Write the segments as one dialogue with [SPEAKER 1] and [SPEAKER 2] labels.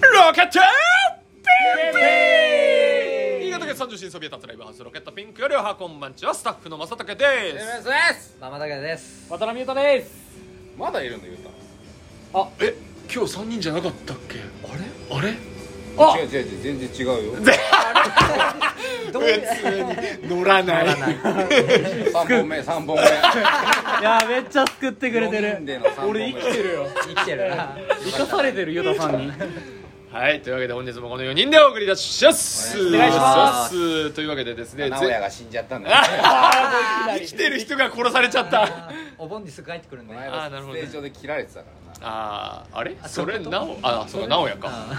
[SPEAKER 1] ロケットピンピン新潟県三条新そびえ立つライブハウスロケットピンクよりおはこんばんちはスタッフの正竹です
[SPEAKER 2] ですママだけです
[SPEAKER 3] 渡辺裕太です
[SPEAKER 2] まだいるの言うた
[SPEAKER 1] え今日3人じゃなかったっけあれ
[SPEAKER 3] あ
[SPEAKER 2] 違う違う違う全然違うよ
[SPEAKER 1] あれ普通に乗らない
[SPEAKER 2] 三本目三本目
[SPEAKER 3] いやめっちゃ救ってくれて
[SPEAKER 2] 四人
[SPEAKER 3] る
[SPEAKER 2] での三本目
[SPEAKER 3] 俺生きてるよ
[SPEAKER 4] 生きて るな
[SPEAKER 3] 生かされてる裕太さんに
[SPEAKER 1] はいというわけで本日もこの4人でお送り出します
[SPEAKER 2] お
[SPEAKER 3] 願いします
[SPEAKER 1] というわけでですね
[SPEAKER 2] 名古屋
[SPEAKER 1] ぜ
[SPEAKER 2] が死んじゃったんだよ
[SPEAKER 1] 生きてる人が殺されちゃった
[SPEAKER 4] お盆にすぐ帰ってくるんだ
[SPEAKER 2] 前
[SPEAKER 4] よ
[SPEAKER 1] あー
[SPEAKER 2] は
[SPEAKER 1] なる
[SPEAKER 2] ス
[SPEAKER 1] ほど
[SPEAKER 2] テージ上で切られてたからな
[SPEAKER 1] あーあれ
[SPEAKER 4] あ
[SPEAKER 1] それ
[SPEAKER 4] そういうこ
[SPEAKER 1] な
[SPEAKER 4] と
[SPEAKER 1] おあそうかなおやか
[SPEAKER 4] あ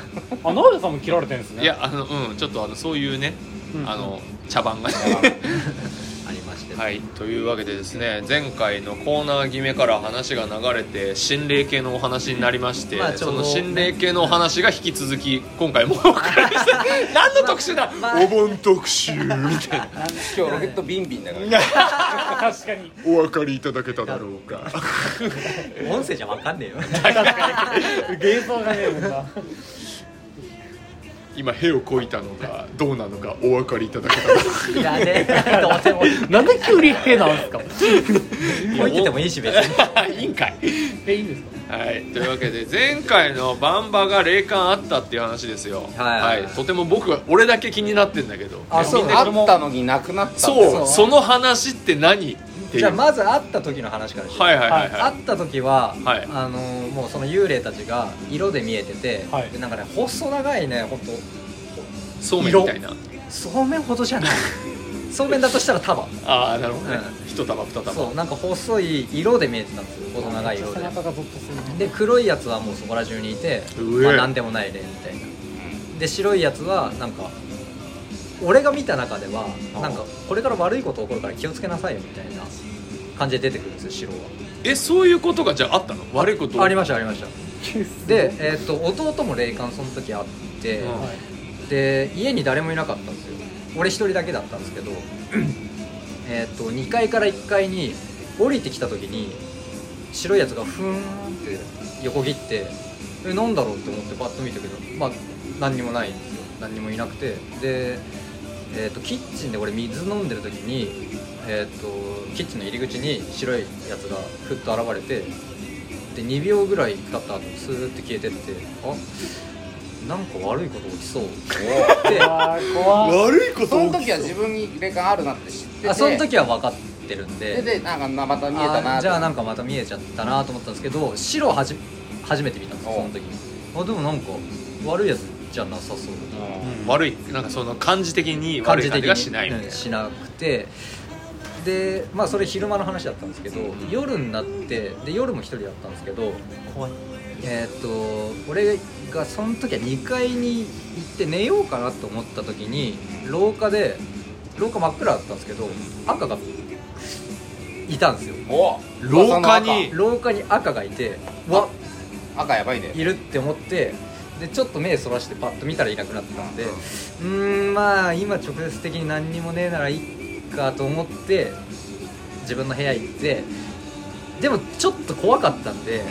[SPEAKER 3] あ直哉さんも切られてるんですね
[SPEAKER 1] いやあのうんちょっとあのそういうねあの茶番がね
[SPEAKER 4] ありまして
[SPEAKER 1] はいというわけでですね前回のコーナー決めから話が流れて心霊系のお話になりまして、
[SPEAKER 4] まあちょ
[SPEAKER 1] そう
[SPEAKER 4] ど
[SPEAKER 1] の心霊系のお話が引き続き今 回もお送りして何の特集だ、
[SPEAKER 4] まあ
[SPEAKER 1] お盆特集みたいな
[SPEAKER 2] 今日ロケットビンビンだから
[SPEAKER 3] 確かに
[SPEAKER 1] お分かりいただけただろうか
[SPEAKER 4] 音声じゃわかんねえよ
[SPEAKER 3] 幻想がねえもんな
[SPEAKER 1] 今屁をこいたのかどうなのかお分かりいただけただろうか
[SPEAKER 4] いら ねえどうせも
[SPEAKER 3] なんで急に屁なんですか
[SPEAKER 4] 置いててもいいし別に
[SPEAKER 1] いいんかい
[SPEAKER 3] えいいんですか
[SPEAKER 1] はい、というわけで前回のバンバが霊感あったっていう話ですよ
[SPEAKER 4] はい
[SPEAKER 1] とても僕は俺だけ気になってんだけど
[SPEAKER 4] あそう
[SPEAKER 2] あったのになくなった
[SPEAKER 1] そう
[SPEAKER 4] そう
[SPEAKER 1] その話って何っていう
[SPEAKER 4] じゃあまず会った時の話からしよう
[SPEAKER 1] はいはいはいはい
[SPEAKER 4] 会った時は、
[SPEAKER 1] はい
[SPEAKER 4] あのーもうその幽霊たちが色で見えてて、
[SPEAKER 3] はい
[SPEAKER 4] でなんかね細長いね本当
[SPEAKER 1] そうめんみたいな
[SPEAKER 4] そうめんほど じゃないそうめんだとしたら束
[SPEAKER 1] ああなるほどね
[SPEAKER 4] う
[SPEAKER 1] 一束二束
[SPEAKER 4] そうなんか細い色で見えてたんですよ細長い色
[SPEAKER 3] 背
[SPEAKER 4] で
[SPEAKER 3] 中がゾッとするな
[SPEAKER 4] で黒いやつはもうそこら中にいて、
[SPEAKER 1] うえ
[SPEAKER 4] まあ、何でもない例みたいなで白いやつはなんか俺が見た中ではなんかこれから悪いこと起こるから気をつけなさいよみたいな感じで出てくるんですよ白は
[SPEAKER 1] えそういうことがじゃああったの悪いこと
[SPEAKER 4] ありましたありましたで、えー、と弟も霊感その時あって、
[SPEAKER 1] うん
[SPEAKER 3] はい
[SPEAKER 4] で家に誰もいなかったんですよ俺一人だけだったんですけど えっと2階から1階に降りてきた時に白いやつがふーんって横切ってえなんだろうって思ってパッと見たけどまあ何にもないんですよ何にもいなくてで、えっとキッチンで俺水飲んでる時に、えっとキッチンの入り口に白いやつがふっと現れてで2秒ぐらい経った後スーって消えてってあなんか悪いこと起きそうで
[SPEAKER 3] あー怖い
[SPEAKER 1] 悪いこ
[SPEAKER 2] そ
[SPEAKER 1] と
[SPEAKER 2] の時は自分に霊感あるなって知ってて
[SPEAKER 4] あその時は分かってるん
[SPEAKER 2] で
[SPEAKER 4] で
[SPEAKER 2] でなんかまた見えたな
[SPEAKER 4] あ
[SPEAKER 2] って
[SPEAKER 4] じゃあなんかまた見えちゃったなと思ったんですけど白をはじ初めて見たんですよ
[SPEAKER 2] おう
[SPEAKER 4] その時にあでもなんか悪いやつじゃなさそう
[SPEAKER 2] うん
[SPEAKER 1] 悪いなんかその感じ的に悪い感じがしないみたい
[SPEAKER 4] うん
[SPEAKER 1] な
[SPEAKER 4] しなくてでまあそれ昼間の話だったんですけど夜になってで夜も一人だったんですけど
[SPEAKER 3] 怖い
[SPEAKER 4] えーっと俺がその時は2階に行って寝ようかなと思った時に廊下で廊下真っ暗だったんですけど赤がいたんですよ
[SPEAKER 2] お
[SPEAKER 1] 廊下に
[SPEAKER 4] 廊下に赤がいてわ
[SPEAKER 2] 赤やばいで
[SPEAKER 4] いるって思ってでちょっと目そらしてパッと見たらいなくなってたんでうーんまあ今直接的に何にもねえならいいかと思って自分の部屋行ってでもちょっと怖かったんで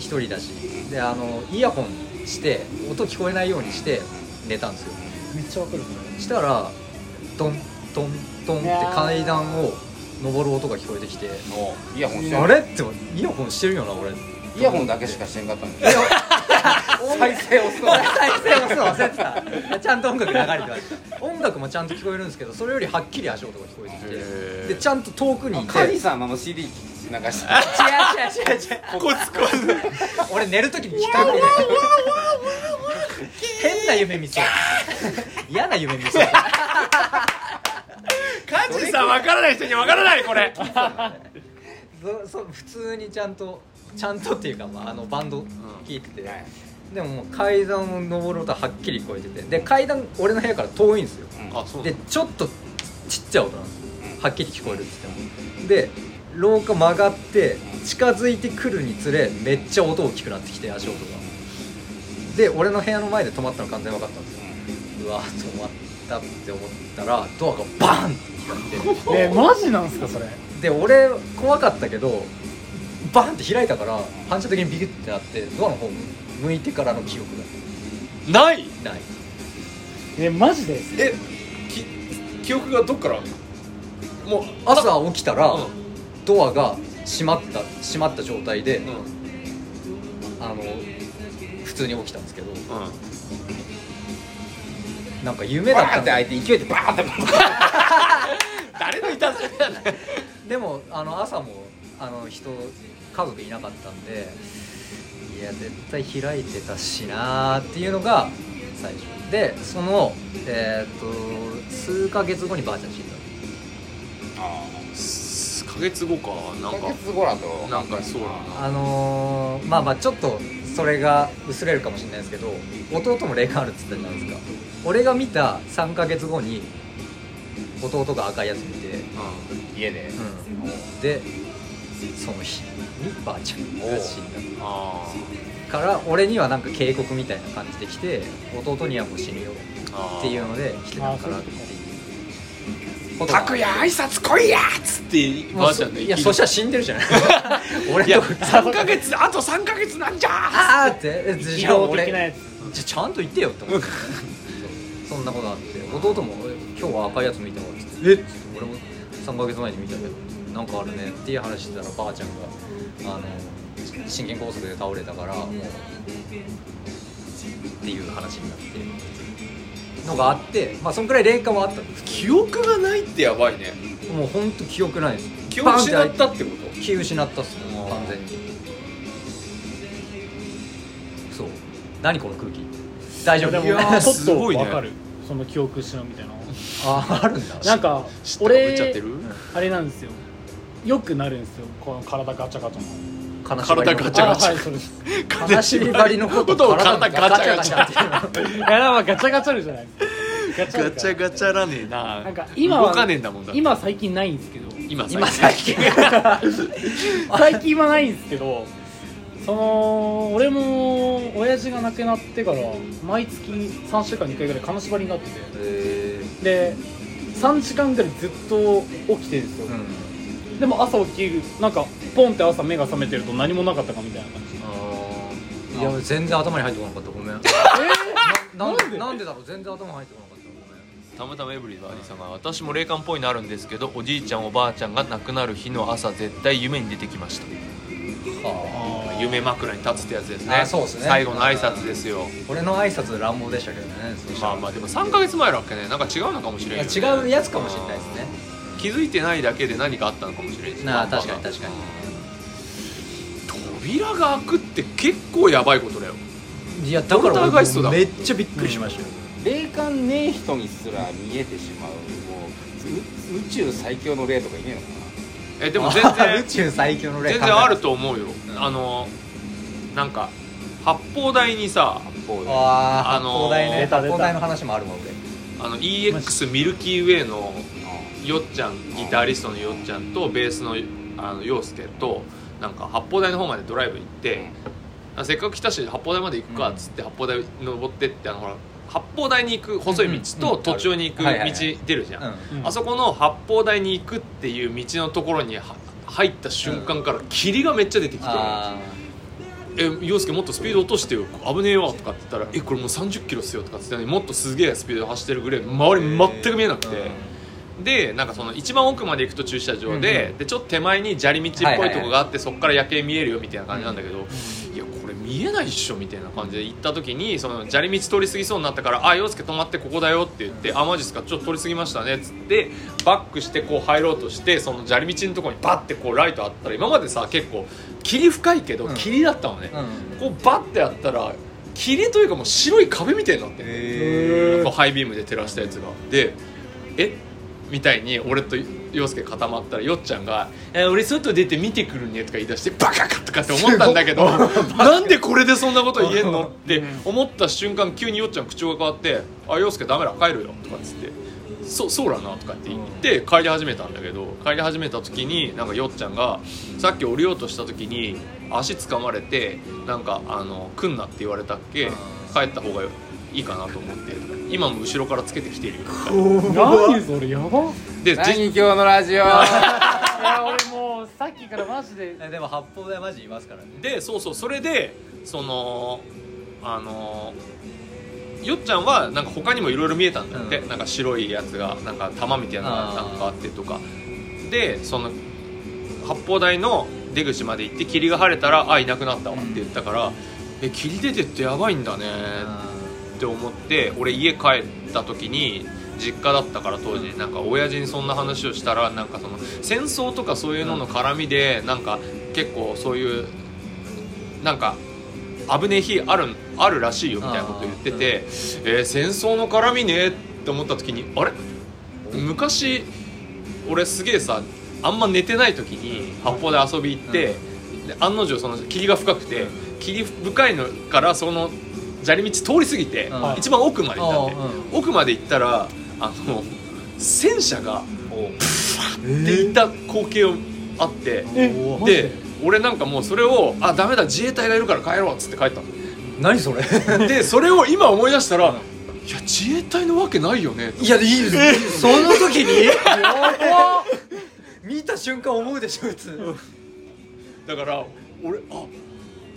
[SPEAKER 4] 一人だしであのイヤホンして音聞こえないようにして寝たんですよ
[SPEAKER 3] めっちゃわかる
[SPEAKER 4] したらドンドンドンって階段を上る音が聞こえてきて
[SPEAKER 2] おイヤホンしてる
[SPEAKER 4] あれって思ってイヤホンしてるよな俺
[SPEAKER 2] イヤホンだけしかしてんかったん
[SPEAKER 4] い
[SPEAKER 2] だ
[SPEAKER 4] や
[SPEAKER 2] よ
[SPEAKER 4] 音
[SPEAKER 2] 再生押すの
[SPEAKER 4] 再生をそう忘れてたちゃんと音楽流れてました音楽もちゃんと聞こえるんですけどそれよりはっきり足音が聞こえて
[SPEAKER 1] へ
[SPEAKER 4] き
[SPEAKER 1] ー
[SPEAKER 4] てでちゃんと遠くにいて違う違
[SPEAKER 2] 神
[SPEAKER 4] う
[SPEAKER 2] 様の CD 流して
[SPEAKER 4] 違う違う
[SPEAKER 1] コツコツ
[SPEAKER 4] 俺寝る時に聞かない変な夢見そう嫌な夢見そう
[SPEAKER 1] カジさんわからない人にわからないこ れ
[SPEAKER 4] そそう普通にちゃんとちゃんとっていうか、まあ、あのバンド聴いてて、
[SPEAKER 2] はい
[SPEAKER 4] でももう階段を上る音ははっきり聞こえててで階段俺の部屋から遠いんですよ
[SPEAKER 1] あそうな
[SPEAKER 4] で
[SPEAKER 1] んだ
[SPEAKER 4] ちょっとちっちゃい音なんですよはっきり聞こえるって言ってもで廊下曲がって近づいてくるにつれめっちゃ音大きくなってきて足音がで俺の部屋の前で止まったの完全に分かったんですようわ止まったって思ったらドアがバーンって開いて
[SPEAKER 3] えマジなんすかそれ
[SPEAKER 4] で俺怖かったけどバーンって開いたから反射的にビクってなってドアの方向いてからの記憶が
[SPEAKER 1] ない
[SPEAKER 4] ない
[SPEAKER 3] えマジで
[SPEAKER 1] えき記憶がどっからあるもう
[SPEAKER 4] 朝起きたら、
[SPEAKER 1] うん
[SPEAKER 4] ドアが閉まった閉まった状態で、
[SPEAKER 1] うん
[SPEAKER 4] あの普通に起きたんですけど
[SPEAKER 1] うん
[SPEAKER 4] なんか夢だ
[SPEAKER 2] バ
[SPEAKER 4] っ
[SPEAKER 2] ー
[SPEAKER 4] た
[SPEAKER 2] ン
[SPEAKER 4] んで
[SPEAKER 2] って開いて勢いでバー ンって
[SPEAKER 1] 誰のいたずらやねん
[SPEAKER 4] でもあの朝もあの人家族いなかったんでいや絶対開いてたしなーっていうのが最初でそのえーっと数ヶ月後にばあちゃん死んだ
[SPEAKER 2] あ
[SPEAKER 1] すヶ月後かな
[SPEAKER 2] あ
[SPEAKER 1] ん
[SPEAKER 2] 1
[SPEAKER 1] か
[SPEAKER 2] ヶ月後だと
[SPEAKER 1] なんかそうだ
[SPEAKER 4] あのー、まあまあちょっとそれが薄れるかもしれないですけど弟も霊感あるって言ったじゃないですか俺が見た3ヶ月後に弟が赤いやつ見て、
[SPEAKER 1] な
[SPEAKER 2] 家で
[SPEAKER 4] うん、でその日にばあちゃんが死んだ
[SPEAKER 1] うんあ
[SPEAKER 4] から俺にはなんか警告みたいな感じで来て弟にはもう死ぬよ
[SPEAKER 1] ーあ
[SPEAKER 4] っていう
[SPEAKER 1] の
[SPEAKER 4] ので来てたからっていうことが
[SPEAKER 1] 拓也挨拶来いやっつってばあちゃんの
[SPEAKER 4] いやそしたら死んでる じゃない俺
[SPEAKER 1] いや
[SPEAKER 4] とこ
[SPEAKER 1] 3ヶ月あと3ヶ月なんじゃ
[SPEAKER 4] あーってえ自
[SPEAKER 3] 自
[SPEAKER 4] 称
[SPEAKER 3] 動
[SPEAKER 4] 俺
[SPEAKER 3] 的なやつ
[SPEAKER 4] じゃあちゃんと言ってよって思ってそうそんなことあって弟も俺「今日は赤いやつ見たわ」っつって「えっ?」つって俺も3ヶ月前に見たけどなんかあるねっていう話してたらばあちゃんがあの心筋梗塞で倒れたからもうっていう話になってのがあってまあそんくらい霊感はあったんです
[SPEAKER 1] 記憶がないってやばいね
[SPEAKER 4] けどもうほんと記憶ないです
[SPEAKER 1] 記憶失っ
[SPEAKER 4] バン
[SPEAKER 1] た
[SPEAKER 4] て
[SPEAKER 1] ってこと
[SPEAKER 4] 気を失ったっすもう完全にそう何この空気大丈夫
[SPEAKER 3] でも
[SPEAKER 1] いやー
[SPEAKER 3] ちょっ
[SPEAKER 1] すごい
[SPEAKER 3] と
[SPEAKER 1] ね
[SPEAKER 3] わかるその記憶失うみたいなの
[SPEAKER 4] ああるんだ
[SPEAKER 3] なんか
[SPEAKER 1] 知ったぶっちゃって
[SPEAKER 3] 俺
[SPEAKER 1] る
[SPEAKER 3] あれなんですよよくなるんですよこの体ガチャガチャの
[SPEAKER 4] 悲し
[SPEAKER 1] 体ガチャガチ
[SPEAKER 3] あはいそうです
[SPEAKER 1] ャ
[SPEAKER 4] 悲しみばりのこと
[SPEAKER 1] を体ガチャガチャ
[SPEAKER 4] っていう
[SPEAKER 3] いやなんかガチャガチャあるじゃないですか
[SPEAKER 1] ガチャガチャらねえな
[SPEAKER 3] なんか今は
[SPEAKER 1] 動かねえんだもんだって
[SPEAKER 3] 今最近ないんですけど
[SPEAKER 1] 今
[SPEAKER 4] 今最近あ
[SPEAKER 3] 最近はないんですけどその俺も親父が亡くなってから毎月3週間に1回ぐらい金縛りになっててで3時間ぐらいずっと起きてるんですよ、でも朝起きるなんかポンって朝目が覚めてると何もなかったかみたいな感 じ
[SPEAKER 4] ーいや全然頭に入ってこなかった ごめんな
[SPEAKER 3] なんで
[SPEAKER 4] なんでだろう全然頭に入ってこなかったごめん
[SPEAKER 1] たまたまエブリバディさんが私も霊感っぽいのあるんですけどおじいちゃんおばあちゃんが亡くなる日の朝絶対夢に出てきました
[SPEAKER 4] は
[SPEAKER 3] あー
[SPEAKER 1] 夢枕に立つってやつです
[SPEAKER 4] あ
[SPEAKER 1] ね
[SPEAKER 4] ーそうですね
[SPEAKER 1] 最後の挨拶ですよ
[SPEAKER 4] あ俺の挨拶乱暴でしたけどねそした
[SPEAKER 1] ま
[SPEAKER 4] ら
[SPEAKER 1] あまあでも3ヶ月前だっけねなんか違うのかもしれんよ
[SPEAKER 4] いや違うやつかもしれないですね
[SPEAKER 1] 気づいてないだけで何かあったのかもしれんし
[SPEAKER 4] なあ確かに確かに
[SPEAKER 1] 扉が開くって結構やばいことだよ
[SPEAKER 4] いやだから
[SPEAKER 1] ポルターガイストだ
[SPEAKER 4] 俺めっちゃびっくりしましたよ
[SPEAKER 2] 霊感ねえ人にすら見えてしまうもうう宇宙最強の霊とかいねえのか
[SPEAKER 1] えでも全然
[SPEAKER 4] 宇宙最強の霊
[SPEAKER 1] 全然あると思うよあのなんか八方台にさ
[SPEAKER 2] な八方で
[SPEAKER 4] ああ
[SPEAKER 1] あのー
[SPEAKER 4] 発光台ね
[SPEAKER 3] 出た出
[SPEAKER 4] 発光
[SPEAKER 3] た
[SPEAKER 4] 台の話もあるわ俺
[SPEAKER 1] あの EX ミルキーウェイのよっちゃんギタリストのよっちゃんとベースのあの陽介となんか八方台の方までドライブ行ってあせっかく来たし八方台まで行くかっつって八方台登ってってあのほら八方台に行く細い
[SPEAKER 4] う
[SPEAKER 1] 道
[SPEAKER 4] んうん
[SPEAKER 1] と途中に行く道
[SPEAKER 4] はいはいはい
[SPEAKER 1] 出るじゃん、
[SPEAKER 4] うん
[SPEAKER 3] うん
[SPEAKER 1] あそこの八方台に行くっていう道のところには入った瞬間から霧がめっちゃ出てきて
[SPEAKER 4] ああ
[SPEAKER 1] 「え陽介もっとスピード落としてよ危ねえよ」とかって言ったら「えこれもう3 0キロっすよ」とかって言ったのにもっとすげえスピードで走ってるぐらい周り全く見えなくて。でなんかその一番奥まで行くと駐車場で,、
[SPEAKER 4] うん
[SPEAKER 1] でちょっと手前に砂利道っぽいとこがあって、そこから夜景見えるよみたいな感じなんだけど、いやこれ見えないっしょみたいな感じで行った時にその砂利道通り過ぎそうになったから「あ陽介止まってここだよ」って言って「あマジっすかちょっと通り過ぎましたね」っつってバックしてこう入ろうとしてその砂利道のところにバッてこうライトあったら今までさ結構霧深いけど
[SPEAKER 4] うん
[SPEAKER 1] 霧だったのね、
[SPEAKER 4] うん
[SPEAKER 1] こうバッてやったら霧というかもう白い壁みたいになってる
[SPEAKER 4] へ
[SPEAKER 1] こうハイビームで照らしたやつがでえみたいに俺と陽介固まったらよっちゃんが「えー俺外出て見てくるね」とか言い出して「バカか!」とかって思ったんだけど なんでこれでそんなこと言えんのって思った瞬間急によっちゃん口調が変わって「あ陽介ダメだ帰るよ」とかっつって「そそうだな」とかって言って帰り始めたんだけど帰り始めた時になんかよっちゃんがさっき降りようとした時に足掴まれてなんかあの「来んな」って言われたっけ帰った方がいいかなと思って今も後ろからつけてきてるよ
[SPEAKER 3] 何それやば
[SPEAKER 1] で
[SPEAKER 2] 何
[SPEAKER 1] じ
[SPEAKER 2] 今日のラジオ
[SPEAKER 3] いや俺もうさっきからマジで
[SPEAKER 4] えでも発砲台マジいますからね
[SPEAKER 1] でそうそうそれでそのあのよっちゃんはなんか他にもいろいろ見えたんだって、
[SPEAKER 4] うん
[SPEAKER 1] なんか白いやつがなんか玉みたいなのがなんかあってとかでその八方台の出口まで行って霧が晴れたらあいなくなったわって言ったから、え霧出てってやばいんだねって思って俺家帰った時に実家だったから当時なんか親父にそんな話をしたらなんかその戦争とかそういうのの絡みでなんか結構そういうなんか危ねえ日あるあるらしいよみたいなこと言ってて、えー戦争の絡みねって思った時にあれ昔俺すげえさあんま寝てない時に八方で遊び行って、で案の定その霧が深くて霧深いのからその砂利道通り過ぎて、
[SPEAKER 4] うん
[SPEAKER 1] 一番奥まで行ったんで、
[SPEAKER 4] う
[SPEAKER 1] 奥まで行ったらあの戦車が
[SPEAKER 4] え
[SPEAKER 1] っていった光景をあって、
[SPEAKER 3] え
[SPEAKER 4] おー
[SPEAKER 3] マジ
[SPEAKER 1] で俺なんかもうそれを「あダメだ自衛隊がいるから帰ろう」っつって帰ったの。
[SPEAKER 4] 何 それ
[SPEAKER 1] でそれを今思い出したら「いや自衛隊のわけないよね」
[SPEAKER 4] いやいいですその時に見た瞬間思うでしょ普通
[SPEAKER 1] だから俺あ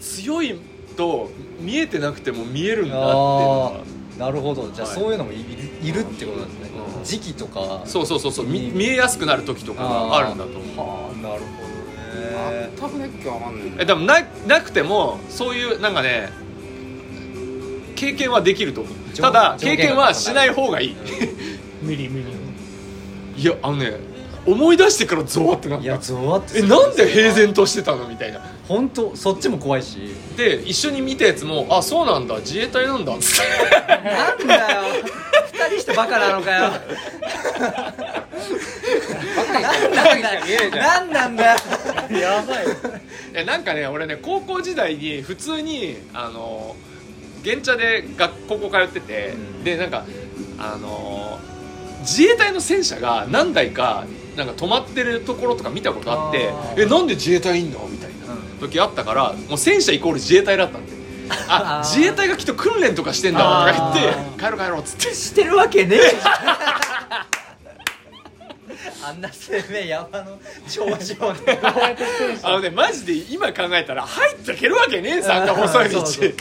[SPEAKER 1] 強いと見えてなくても見えるんだっていうのが
[SPEAKER 4] なるほどじゃあ
[SPEAKER 1] はい
[SPEAKER 4] そういうのもいるいるってことなんですね
[SPEAKER 1] うん
[SPEAKER 4] 時期とか
[SPEAKER 1] そうそうそうそうみ
[SPEAKER 4] 見え
[SPEAKER 1] 見えやすくなる時とかがあるんだと思う
[SPEAKER 4] 思うなるほどね
[SPEAKER 2] 全くね今日わかんないんだ
[SPEAKER 1] えでもななくてもそういうなんかね経験はできると思う
[SPEAKER 4] 条
[SPEAKER 1] ただ
[SPEAKER 4] 条
[SPEAKER 1] 経
[SPEAKER 4] 件
[SPEAKER 1] 験
[SPEAKER 4] が
[SPEAKER 1] はしない方がいい
[SPEAKER 3] 無理無理
[SPEAKER 1] いやあのね思い出してからゾワってなっ
[SPEAKER 4] いや
[SPEAKER 1] た
[SPEAKER 4] ゾワッとす
[SPEAKER 1] え
[SPEAKER 4] る
[SPEAKER 1] なんで平然としてたのみたいな
[SPEAKER 4] 本当そっちも怖いし
[SPEAKER 1] で一緒に見たやつもあそうなんだ自衛隊なんだっつって
[SPEAKER 4] なんだよ二人してバカ なのかよバカなんなんだよなんなんだよ
[SPEAKER 3] やばい
[SPEAKER 1] えなんかね俺ね高校時代に普通にあの現茶で学高校通ってて、
[SPEAKER 4] うん
[SPEAKER 1] でなんかあの自衛隊の戦車が何台かなんか止まってるところとか見たことあって
[SPEAKER 4] あ
[SPEAKER 1] 「
[SPEAKER 4] ー
[SPEAKER 1] えなんで自衛隊いんの?」みたいな時あったからもう戦車イコール自衛隊だったんで「あ
[SPEAKER 4] あー
[SPEAKER 1] 自衛隊がきっと訓練とかしてんだわ」とか言って
[SPEAKER 3] あ
[SPEAKER 1] 「帰ろう帰ろう」っつって
[SPEAKER 4] してるわけねえじゃんあんな攻め山の頂上 で
[SPEAKER 3] こうやって失礼し
[SPEAKER 1] あのねマジで今考えたら入ってけるわけねえさあんな細い道
[SPEAKER 4] そうそうそう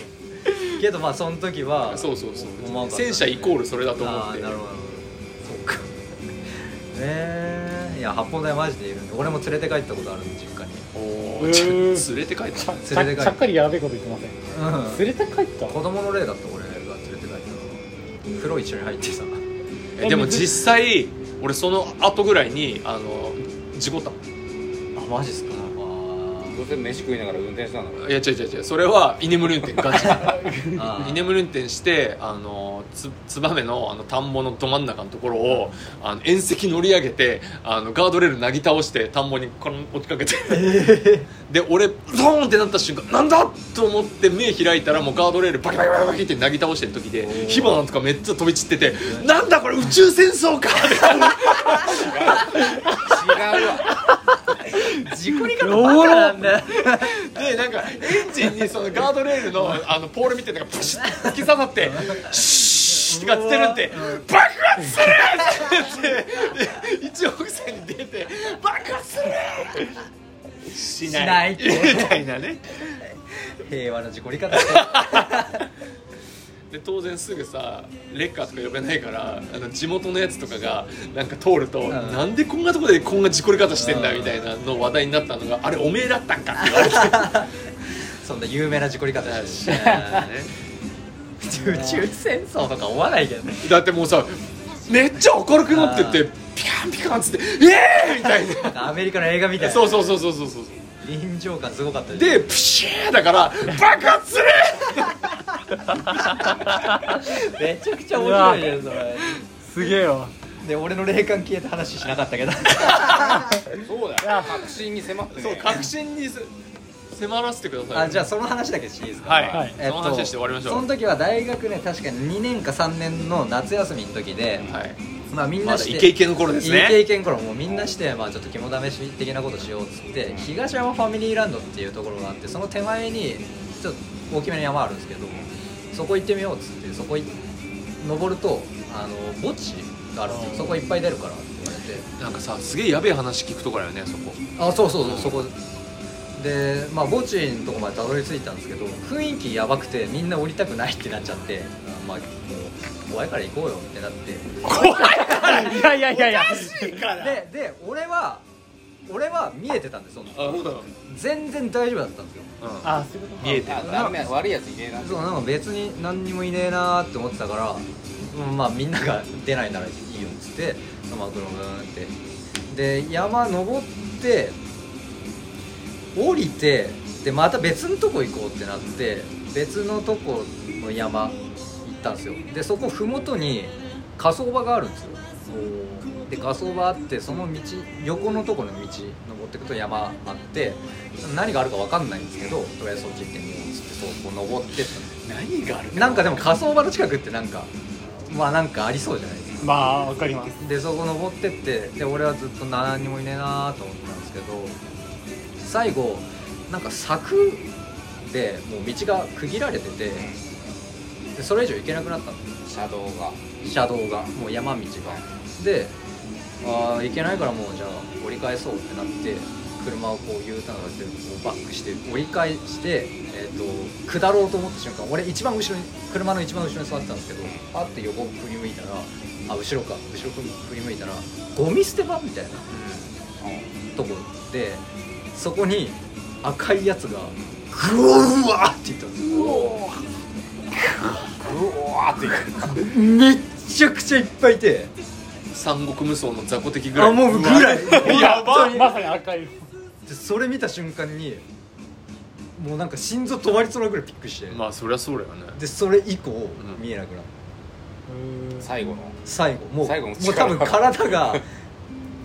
[SPEAKER 4] けどまあその時は
[SPEAKER 1] そうそうそ
[SPEAKER 4] 思わな
[SPEAKER 1] う
[SPEAKER 4] かった
[SPEAKER 1] 戦車イコールそれだと思っ
[SPEAKER 4] ああ
[SPEAKER 1] て
[SPEAKER 4] ーなるほどそっかねえいや八方台マジでいるんで俺も連れて帰ったことあるんで実家に
[SPEAKER 1] お
[SPEAKER 3] へ
[SPEAKER 1] ー
[SPEAKER 3] ー
[SPEAKER 1] ちょ連れて帰った
[SPEAKER 3] ち
[SPEAKER 4] 連れ
[SPEAKER 3] ゃ
[SPEAKER 4] て
[SPEAKER 3] ち
[SPEAKER 4] 帰
[SPEAKER 3] ゃっかりやべえこと言ってません
[SPEAKER 4] う
[SPEAKER 3] 連れて帰った
[SPEAKER 4] ん子供の霊だった俺が連れて帰ったの風呂一緒に入ってさ
[SPEAKER 1] えでも実際俺その後ぐらいにあの事故った
[SPEAKER 4] あマジっすか
[SPEAKER 2] どうせ飯食いながら運転したんだから
[SPEAKER 1] いや違う違う違うそれは居眠り運転ガチ
[SPEAKER 4] あー
[SPEAKER 1] 居眠り運転してあのつツバメのあの田んぼのど真ん中のところをあの縁石乗り上げてあのガードレールなぎ倒して田んぼにこの落ちかけて、で俺ドーンってなった瞬間なんだと思って目開いたらもうガードレールバキバキバキバキってなぎ倒してる時で火花とかめっちゃ飛び散ってて「なんだこれ宇宙戦争か!」
[SPEAKER 2] 違うわ
[SPEAKER 4] 事故り方バカなんだよ
[SPEAKER 1] でなんかエンジンにそのガードレールのあのポールみたいなのがプシッて突き刺さってシューッてかつてるんで爆発するって言って一億線に出て爆発するし
[SPEAKER 4] ないしないって
[SPEAKER 1] みたいなね
[SPEAKER 4] 平和な事故り方して
[SPEAKER 1] で当然すぐさレッカーとか呼べないからあの地元のやつとかがなんか通ると、なんでこんなとこでこんな事故り方してんだみたいなの話題になったのがあれおめえだったんかって言われて
[SPEAKER 4] そんな有名な事故り方してね
[SPEAKER 1] たね
[SPEAKER 4] 宇宙戦争とか思わないけどね
[SPEAKER 1] だってもうさめっちゃ明るくなってってピカンピカンっつって「ええー!」みたい
[SPEAKER 4] な
[SPEAKER 1] な
[SPEAKER 4] んかアメリカの映画みたいな
[SPEAKER 1] そうそうそうそうそうそう
[SPEAKER 4] 臨場感すごかった
[SPEAKER 1] でプシューだから爆発する
[SPEAKER 4] めちゃくちゃ面白いじゃんそれ
[SPEAKER 3] すげえわ
[SPEAKER 4] で俺の霊感消えた話しなかったけど
[SPEAKER 1] そうだ
[SPEAKER 2] 確信に迫って
[SPEAKER 1] そう
[SPEAKER 2] ね
[SPEAKER 1] 確信にす迫らせてください
[SPEAKER 4] あじゃあその話だけしていいですか
[SPEAKER 1] はい、
[SPEAKER 3] はい
[SPEAKER 1] その話して終わりましょう、
[SPEAKER 4] その時は大学ね確かに2年か3年の夏休みの時で、
[SPEAKER 1] はい
[SPEAKER 4] まあみん
[SPEAKER 1] ま
[SPEAKER 4] な
[SPEAKER 1] だ
[SPEAKER 4] して、
[SPEAKER 1] イケイケの頃ですね
[SPEAKER 4] イケイケの頃もうみんなしてまあちょっと肝試し的なことしようっつって東山ファミリーランドっていうところがあってその手前にちょっと大きめの山あるんですけどそこ行ってみようっつってそこい登るとあの墓地があるんですよそこいっぱい出るからって言われて
[SPEAKER 1] なんかさすげえやべえ話聞くとこだよねそこ
[SPEAKER 4] あそうそうそうそこでまあ墓地のとこまでたどり着いたんですけど雰囲気やばくてみんな降りたくないってなっちゃってあまあもう怖いから行こうよってなって
[SPEAKER 3] いやいやいやいや
[SPEAKER 4] でで俺は俺は見えてたんですその
[SPEAKER 1] あうん
[SPEAKER 4] 全然大丈夫だったんですよ
[SPEAKER 3] あそういうこと
[SPEAKER 1] 見えてる
[SPEAKER 2] あダメ悪いやついねえな
[SPEAKER 4] そうなんか別に何にもいねえなーって思ってたから、うん、まあみんなが出ないならいいよっつってまあグログーンってで山登って降りてでまた別のとこ行こうってなって別のとこの山行ったんですよでそこ麓に火葬場があるんですよで火葬場あってその道横のところの道登っていくと山あって何があるか分かんないんですけどとりあえずそっち行ってみようっつってそうこう登ってったんです
[SPEAKER 1] 何がある
[SPEAKER 4] なんかでも火葬場の近くってなんかまあなんかありそうじゃないですか
[SPEAKER 3] まあわかります
[SPEAKER 4] でそこ登ってってで俺はずっと何にもいねえなと思ってたんですけど最後なんか柵でもう道が区切られててでそれ以上行けなくなったんですよ
[SPEAKER 2] シャドウが
[SPEAKER 4] 車道がもう山道がでああ行けないからもうじゃあ折り返そうってなって車をこう U ターンしてこうバックして折り返して、えー、と下ろうと思った瞬間俺一番後ろに車の一番後ろに座ってたんですけどパッて横振り向いたらあ後ろか後ろ振り向いたらゴミ捨て場みたいなとこでそこに赤いやつがグオーワーって言ったんですよ
[SPEAKER 2] うわーって言
[SPEAKER 4] めっちゃくちゃいっぱいいて
[SPEAKER 1] 三国無双の雑魚的ぐらい
[SPEAKER 4] あもうぐらい
[SPEAKER 1] やば
[SPEAKER 3] まさに赤い
[SPEAKER 4] でそれ見た瞬間にもうなんか心臓止まりそうなぐらいびっくりして、
[SPEAKER 1] まあそりゃそうだよね
[SPEAKER 4] でそれ以降、
[SPEAKER 1] ん
[SPEAKER 4] 見えなくなった
[SPEAKER 2] う最後の
[SPEAKER 4] 最後もう
[SPEAKER 2] 最後
[SPEAKER 4] も
[SPEAKER 2] の
[SPEAKER 4] う
[SPEAKER 2] 力
[SPEAKER 4] 多分体が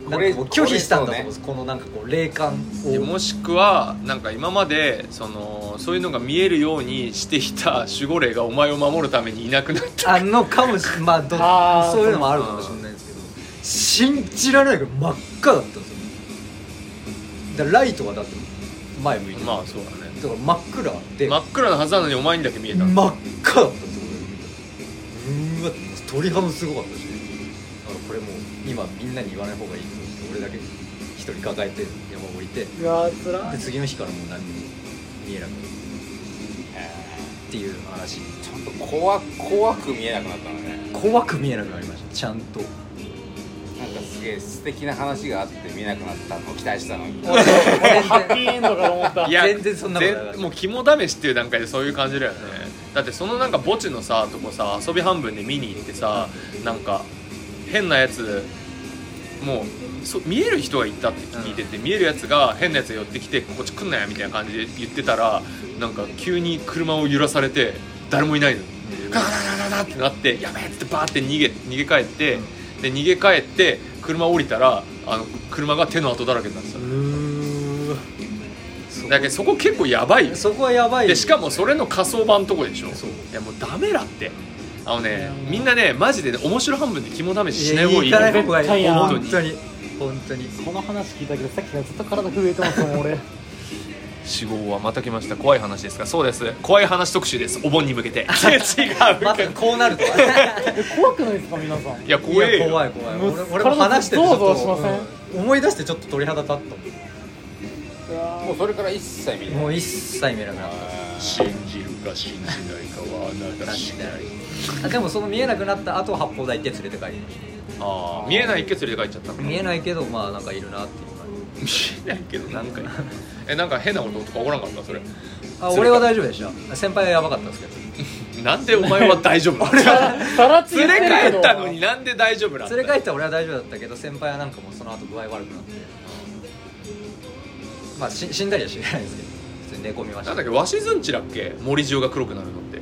[SPEAKER 2] こ
[SPEAKER 4] なん
[SPEAKER 2] れ
[SPEAKER 4] かもう拒否したんだと思うん
[SPEAKER 2] これ
[SPEAKER 4] で
[SPEAKER 2] そ
[SPEAKER 4] す、このなんかこう霊感
[SPEAKER 1] で
[SPEAKER 4] を
[SPEAKER 1] もしくはなんか今までそのそういうのが見えるようにしてきた守護霊がお前を守るためにいなくなった
[SPEAKER 4] あんのかもしれまあど
[SPEAKER 3] あー
[SPEAKER 4] そういうのもあるかもしれないんですけど信じられないぐらい真っ赤だったんですよだからライトがだって前向いてる
[SPEAKER 1] まあそうだね
[SPEAKER 4] だから真っ暗で
[SPEAKER 1] 真っ暗なはずなのにお前にだけ見えた
[SPEAKER 4] 真っ赤だったんですよ俺見たらうーわ鳥肌もすごかったしだからこれもう今みんなに言わない方がいいと思って俺だけ一人抱えて山を降りてで
[SPEAKER 3] うわーつら
[SPEAKER 4] 次の日からもう何も見えなくなるっていう話
[SPEAKER 2] ちょっと怖怖く見えなくなったのね
[SPEAKER 4] 怖く見えなくなりましたちゃんと
[SPEAKER 2] なんかすげえ素敵な話があって見えなくなったのを期待したのに
[SPEAKER 3] 俺ハッピーエンドかと思った
[SPEAKER 1] いや
[SPEAKER 4] 全然そんなことなかった
[SPEAKER 1] ぜもう肝試しっていう段階でそういう感じだよねだってそのなんか墓地のさとこさ遊び半分で見に行ってさなんか変なやつもうそ見える人がいたって聞いてて、見えるやつが変なやつが寄ってきてこっち来んなよみたいな感じで言ってたらなんか急に車を揺らされて誰もいないのガガガガガガってなってやべえっつってバーって逃げ逃げ帰って、で逃げ帰って車降りたらあの車が手の跡だらけになってた、だけどそこ結構やばいよ
[SPEAKER 4] そこはやばい
[SPEAKER 1] でしかもそれの仮想版のとこでしょ
[SPEAKER 4] そう
[SPEAKER 1] いやもうダメだってあのねみんなねマジでね面白半分で肝試ししない方がいい
[SPEAKER 4] 行かない方が
[SPEAKER 3] 絶対
[SPEAKER 4] いい
[SPEAKER 3] や
[SPEAKER 4] 本当に本当に
[SPEAKER 3] この話聞いたけどさっきからずっと体震えてますもん 俺
[SPEAKER 1] 死亡はまた来ました怖い話ですかそうです怖い話特集ですお盆に向けて 違う
[SPEAKER 4] まさかこうなるとは
[SPEAKER 3] 怖くないですか皆さん
[SPEAKER 1] いや
[SPEAKER 4] い
[SPEAKER 1] 怖え
[SPEAKER 4] や
[SPEAKER 1] よ
[SPEAKER 4] 怖い怖い
[SPEAKER 3] もう
[SPEAKER 4] 俺俺も話しててちょっ
[SPEAKER 3] ゾワ
[SPEAKER 4] と
[SPEAKER 3] ゾワしません
[SPEAKER 4] うん思い出してちょっと鳥肌立った
[SPEAKER 2] もうそれから一切見
[SPEAKER 4] も
[SPEAKER 2] え
[SPEAKER 4] ん
[SPEAKER 2] ない
[SPEAKER 4] もう一切見えなくなった
[SPEAKER 1] 信じるか信じないかはあなた次第
[SPEAKER 4] あでもその見えなくなった後八方台行って連れて帰りまし
[SPEAKER 1] ああ見えないけ連れて帰っちゃった
[SPEAKER 4] た見えないけどまあなんかいるなっていう感
[SPEAKER 1] 見えないけど何回えなんか変なこととか起こらんかったそれ
[SPEAKER 4] じあ俺は大丈夫でした先輩はやばかったんですけど
[SPEAKER 1] なんでお前は大丈夫なの
[SPEAKER 3] さらっと言
[SPEAKER 1] 連
[SPEAKER 3] ってる
[SPEAKER 1] れ
[SPEAKER 3] け
[SPEAKER 1] 帰
[SPEAKER 3] ど
[SPEAKER 1] ったのになんで大丈夫なの
[SPEAKER 4] 連れ帰ったら俺は大丈夫だったけど先輩はなんかもうその後具合悪くなってまあし死んだりはしないですけど普通に寝込みま
[SPEAKER 1] な
[SPEAKER 4] した
[SPEAKER 1] んだっけわしずんちだっけ森塩が黒くなるのって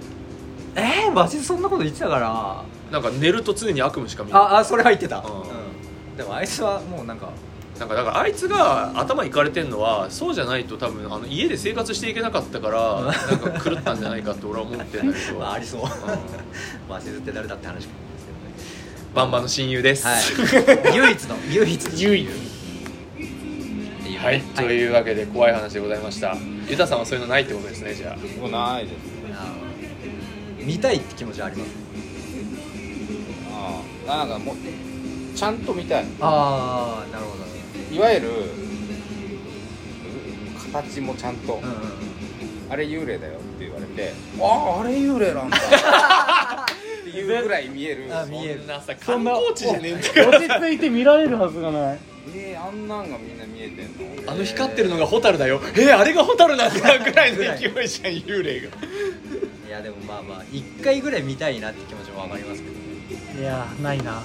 [SPEAKER 4] えー、マジでそんなこと言ってたから
[SPEAKER 1] なんか寝ると常に悪夢しか見えない
[SPEAKER 4] ああそれは言ってた、
[SPEAKER 1] うん
[SPEAKER 4] うんでもあいつはもうなんか
[SPEAKER 1] なんかだからあいつが頭いかれてんのはそうじゃないと多分あの家で生活していけなかったから
[SPEAKER 4] うん
[SPEAKER 1] なんか狂ったんじゃないかって俺は思ってんだけど
[SPEAKER 4] まああり そう
[SPEAKER 1] う
[SPEAKER 4] マシズって誰だって話かもし
[SPEAKER 1] んバンバンの親友です、
[SPEAKER 4] れないですけどね はい唯一の唯一
[SPEAKER 3] ゆい
[SPEAKER 4] っていうね
[SPEAKER 1] はい、というわけで怖い話でございましたゆたさんはそういうのないってことですねじゃ
[SPEAKER 2] もうないです
[SPEAKER 4] あの見たいって気持ちはあります
[SPEAKER 2] ああなんかもうちゃんと見たい
[SPEAKER 4] ああなるほどね
[SPEAKER 2] いわゆる形もちゃんと、
[SPEAKER 4] うんうんうん
[SPEAKER 2] あれ幽霊だよって言われてあああれ幽霊なんだっていうぐらい見える
[SPEAKER 4] あ見える
[SPEAKER 1] そんなさ
[SPEAKER 3] そ
[SPEAKER 1] 観
[SPEAKER 3] んな
[SPEAKER 1] 光地じゃねえんだよ
[SPEAKER 3] 落ち着いて見られるはずがない
[SPEAKER 2] えーあんなんがみんな見えてんの
[SPEAKER 1] あの光ってるのが蛍だよえー、あれが蛍なんだぐらいの勢いじゃん幽霊が
[SPEAKER 4] いやでもまあまあ1回ぐらい見たいなって気持ちもわかりますけどね
[SPEAKER 3] いやーないな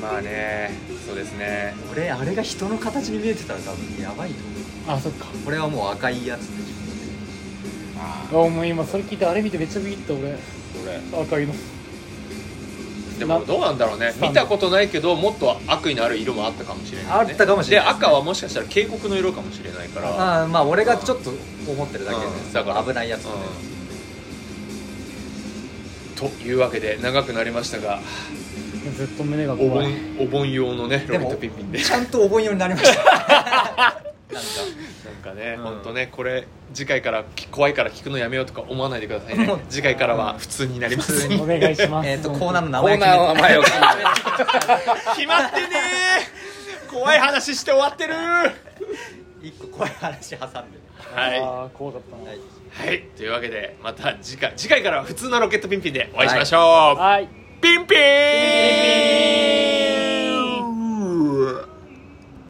[SPEAKER 1] まあねそうですね
[SPEAKER 4] 俺あれが人の形に見えてたら多分やばいと思
[SPEAKER 3] あそっか
[SPEAKER 4] うこれはもう赤いやつで自分で
[SPEAKER 2] あ
[SPEAKER 3] あお前今それ聞いてあれ見てめっちゃビビった俺
[SPEAKER 2] ーこれ
[SPEAKER 3] 赤いの
[SPEAKER 1] でもどうなんだろうね
[SPEAKER 3] スタンド
[SPEAKER 1] 見たことないけどもっと悪意のある色もあったかもしれない、ね、
[SPEAKER 4] あったかもしれない
[SPEAKER 1] で赤はもしかしたら警告の色かもしれないから
[SPEAKER 4] ああまあ俺がちょっと思ってるだけで、
[SPEAKER 1] うんだから
[SPEAKER 4] 危ないやつで、
[SPEAKER 1] というわけで長くなりましたが
[SPEAKER 3] ずっと胸が
[SPEAKER 1] お
[SPEAKER 3] 怖い
[SPEAKER 1] 盆お盆用のねロケ
[SPEAKER 4] で
[SPEAKER 1] ッ
[SPEAKER 4] も
[SPEAKER 1] トピンピンで
[SPEAKER 4] ちゃんとお盆用になりました なんか
[SPEAKER 1] なんかね、
[SPEAKER 4] うん
[SPEAKER 1] ほんとねこれ次回からき怖いから聞くのやめようとか思わないでくださいね
[SPEAKER 4] もう
[SPEAKER 1] 次回からは普通になります
[SPEAKER 4] 普通
[SPEAKER 3] お願いします
[SPEAKER 4] えっとコーナーの名前
[SPEAKER 2] コー
[SPEAKER 4] を決め
[SPEAKER 2] ナーの
[SPEAKER 4] て
[SPEAKER 2] 名前を決めて
[SPEAKER 1] 決まってねー怖い話して終わってるー
[SPEAKER 4] 一個怖い話挟んで
[SPEAKER 1] はい、は
[SPEAKER 3] あー怖かったな、
[SPEAKER 4] はい
[SPEAKER 1] い、というわけでまた次回次回からは普通のロケットピンピンでお会いしましょう、
[SPEAKER 3] はい
[SPEAKER 1] ピンピン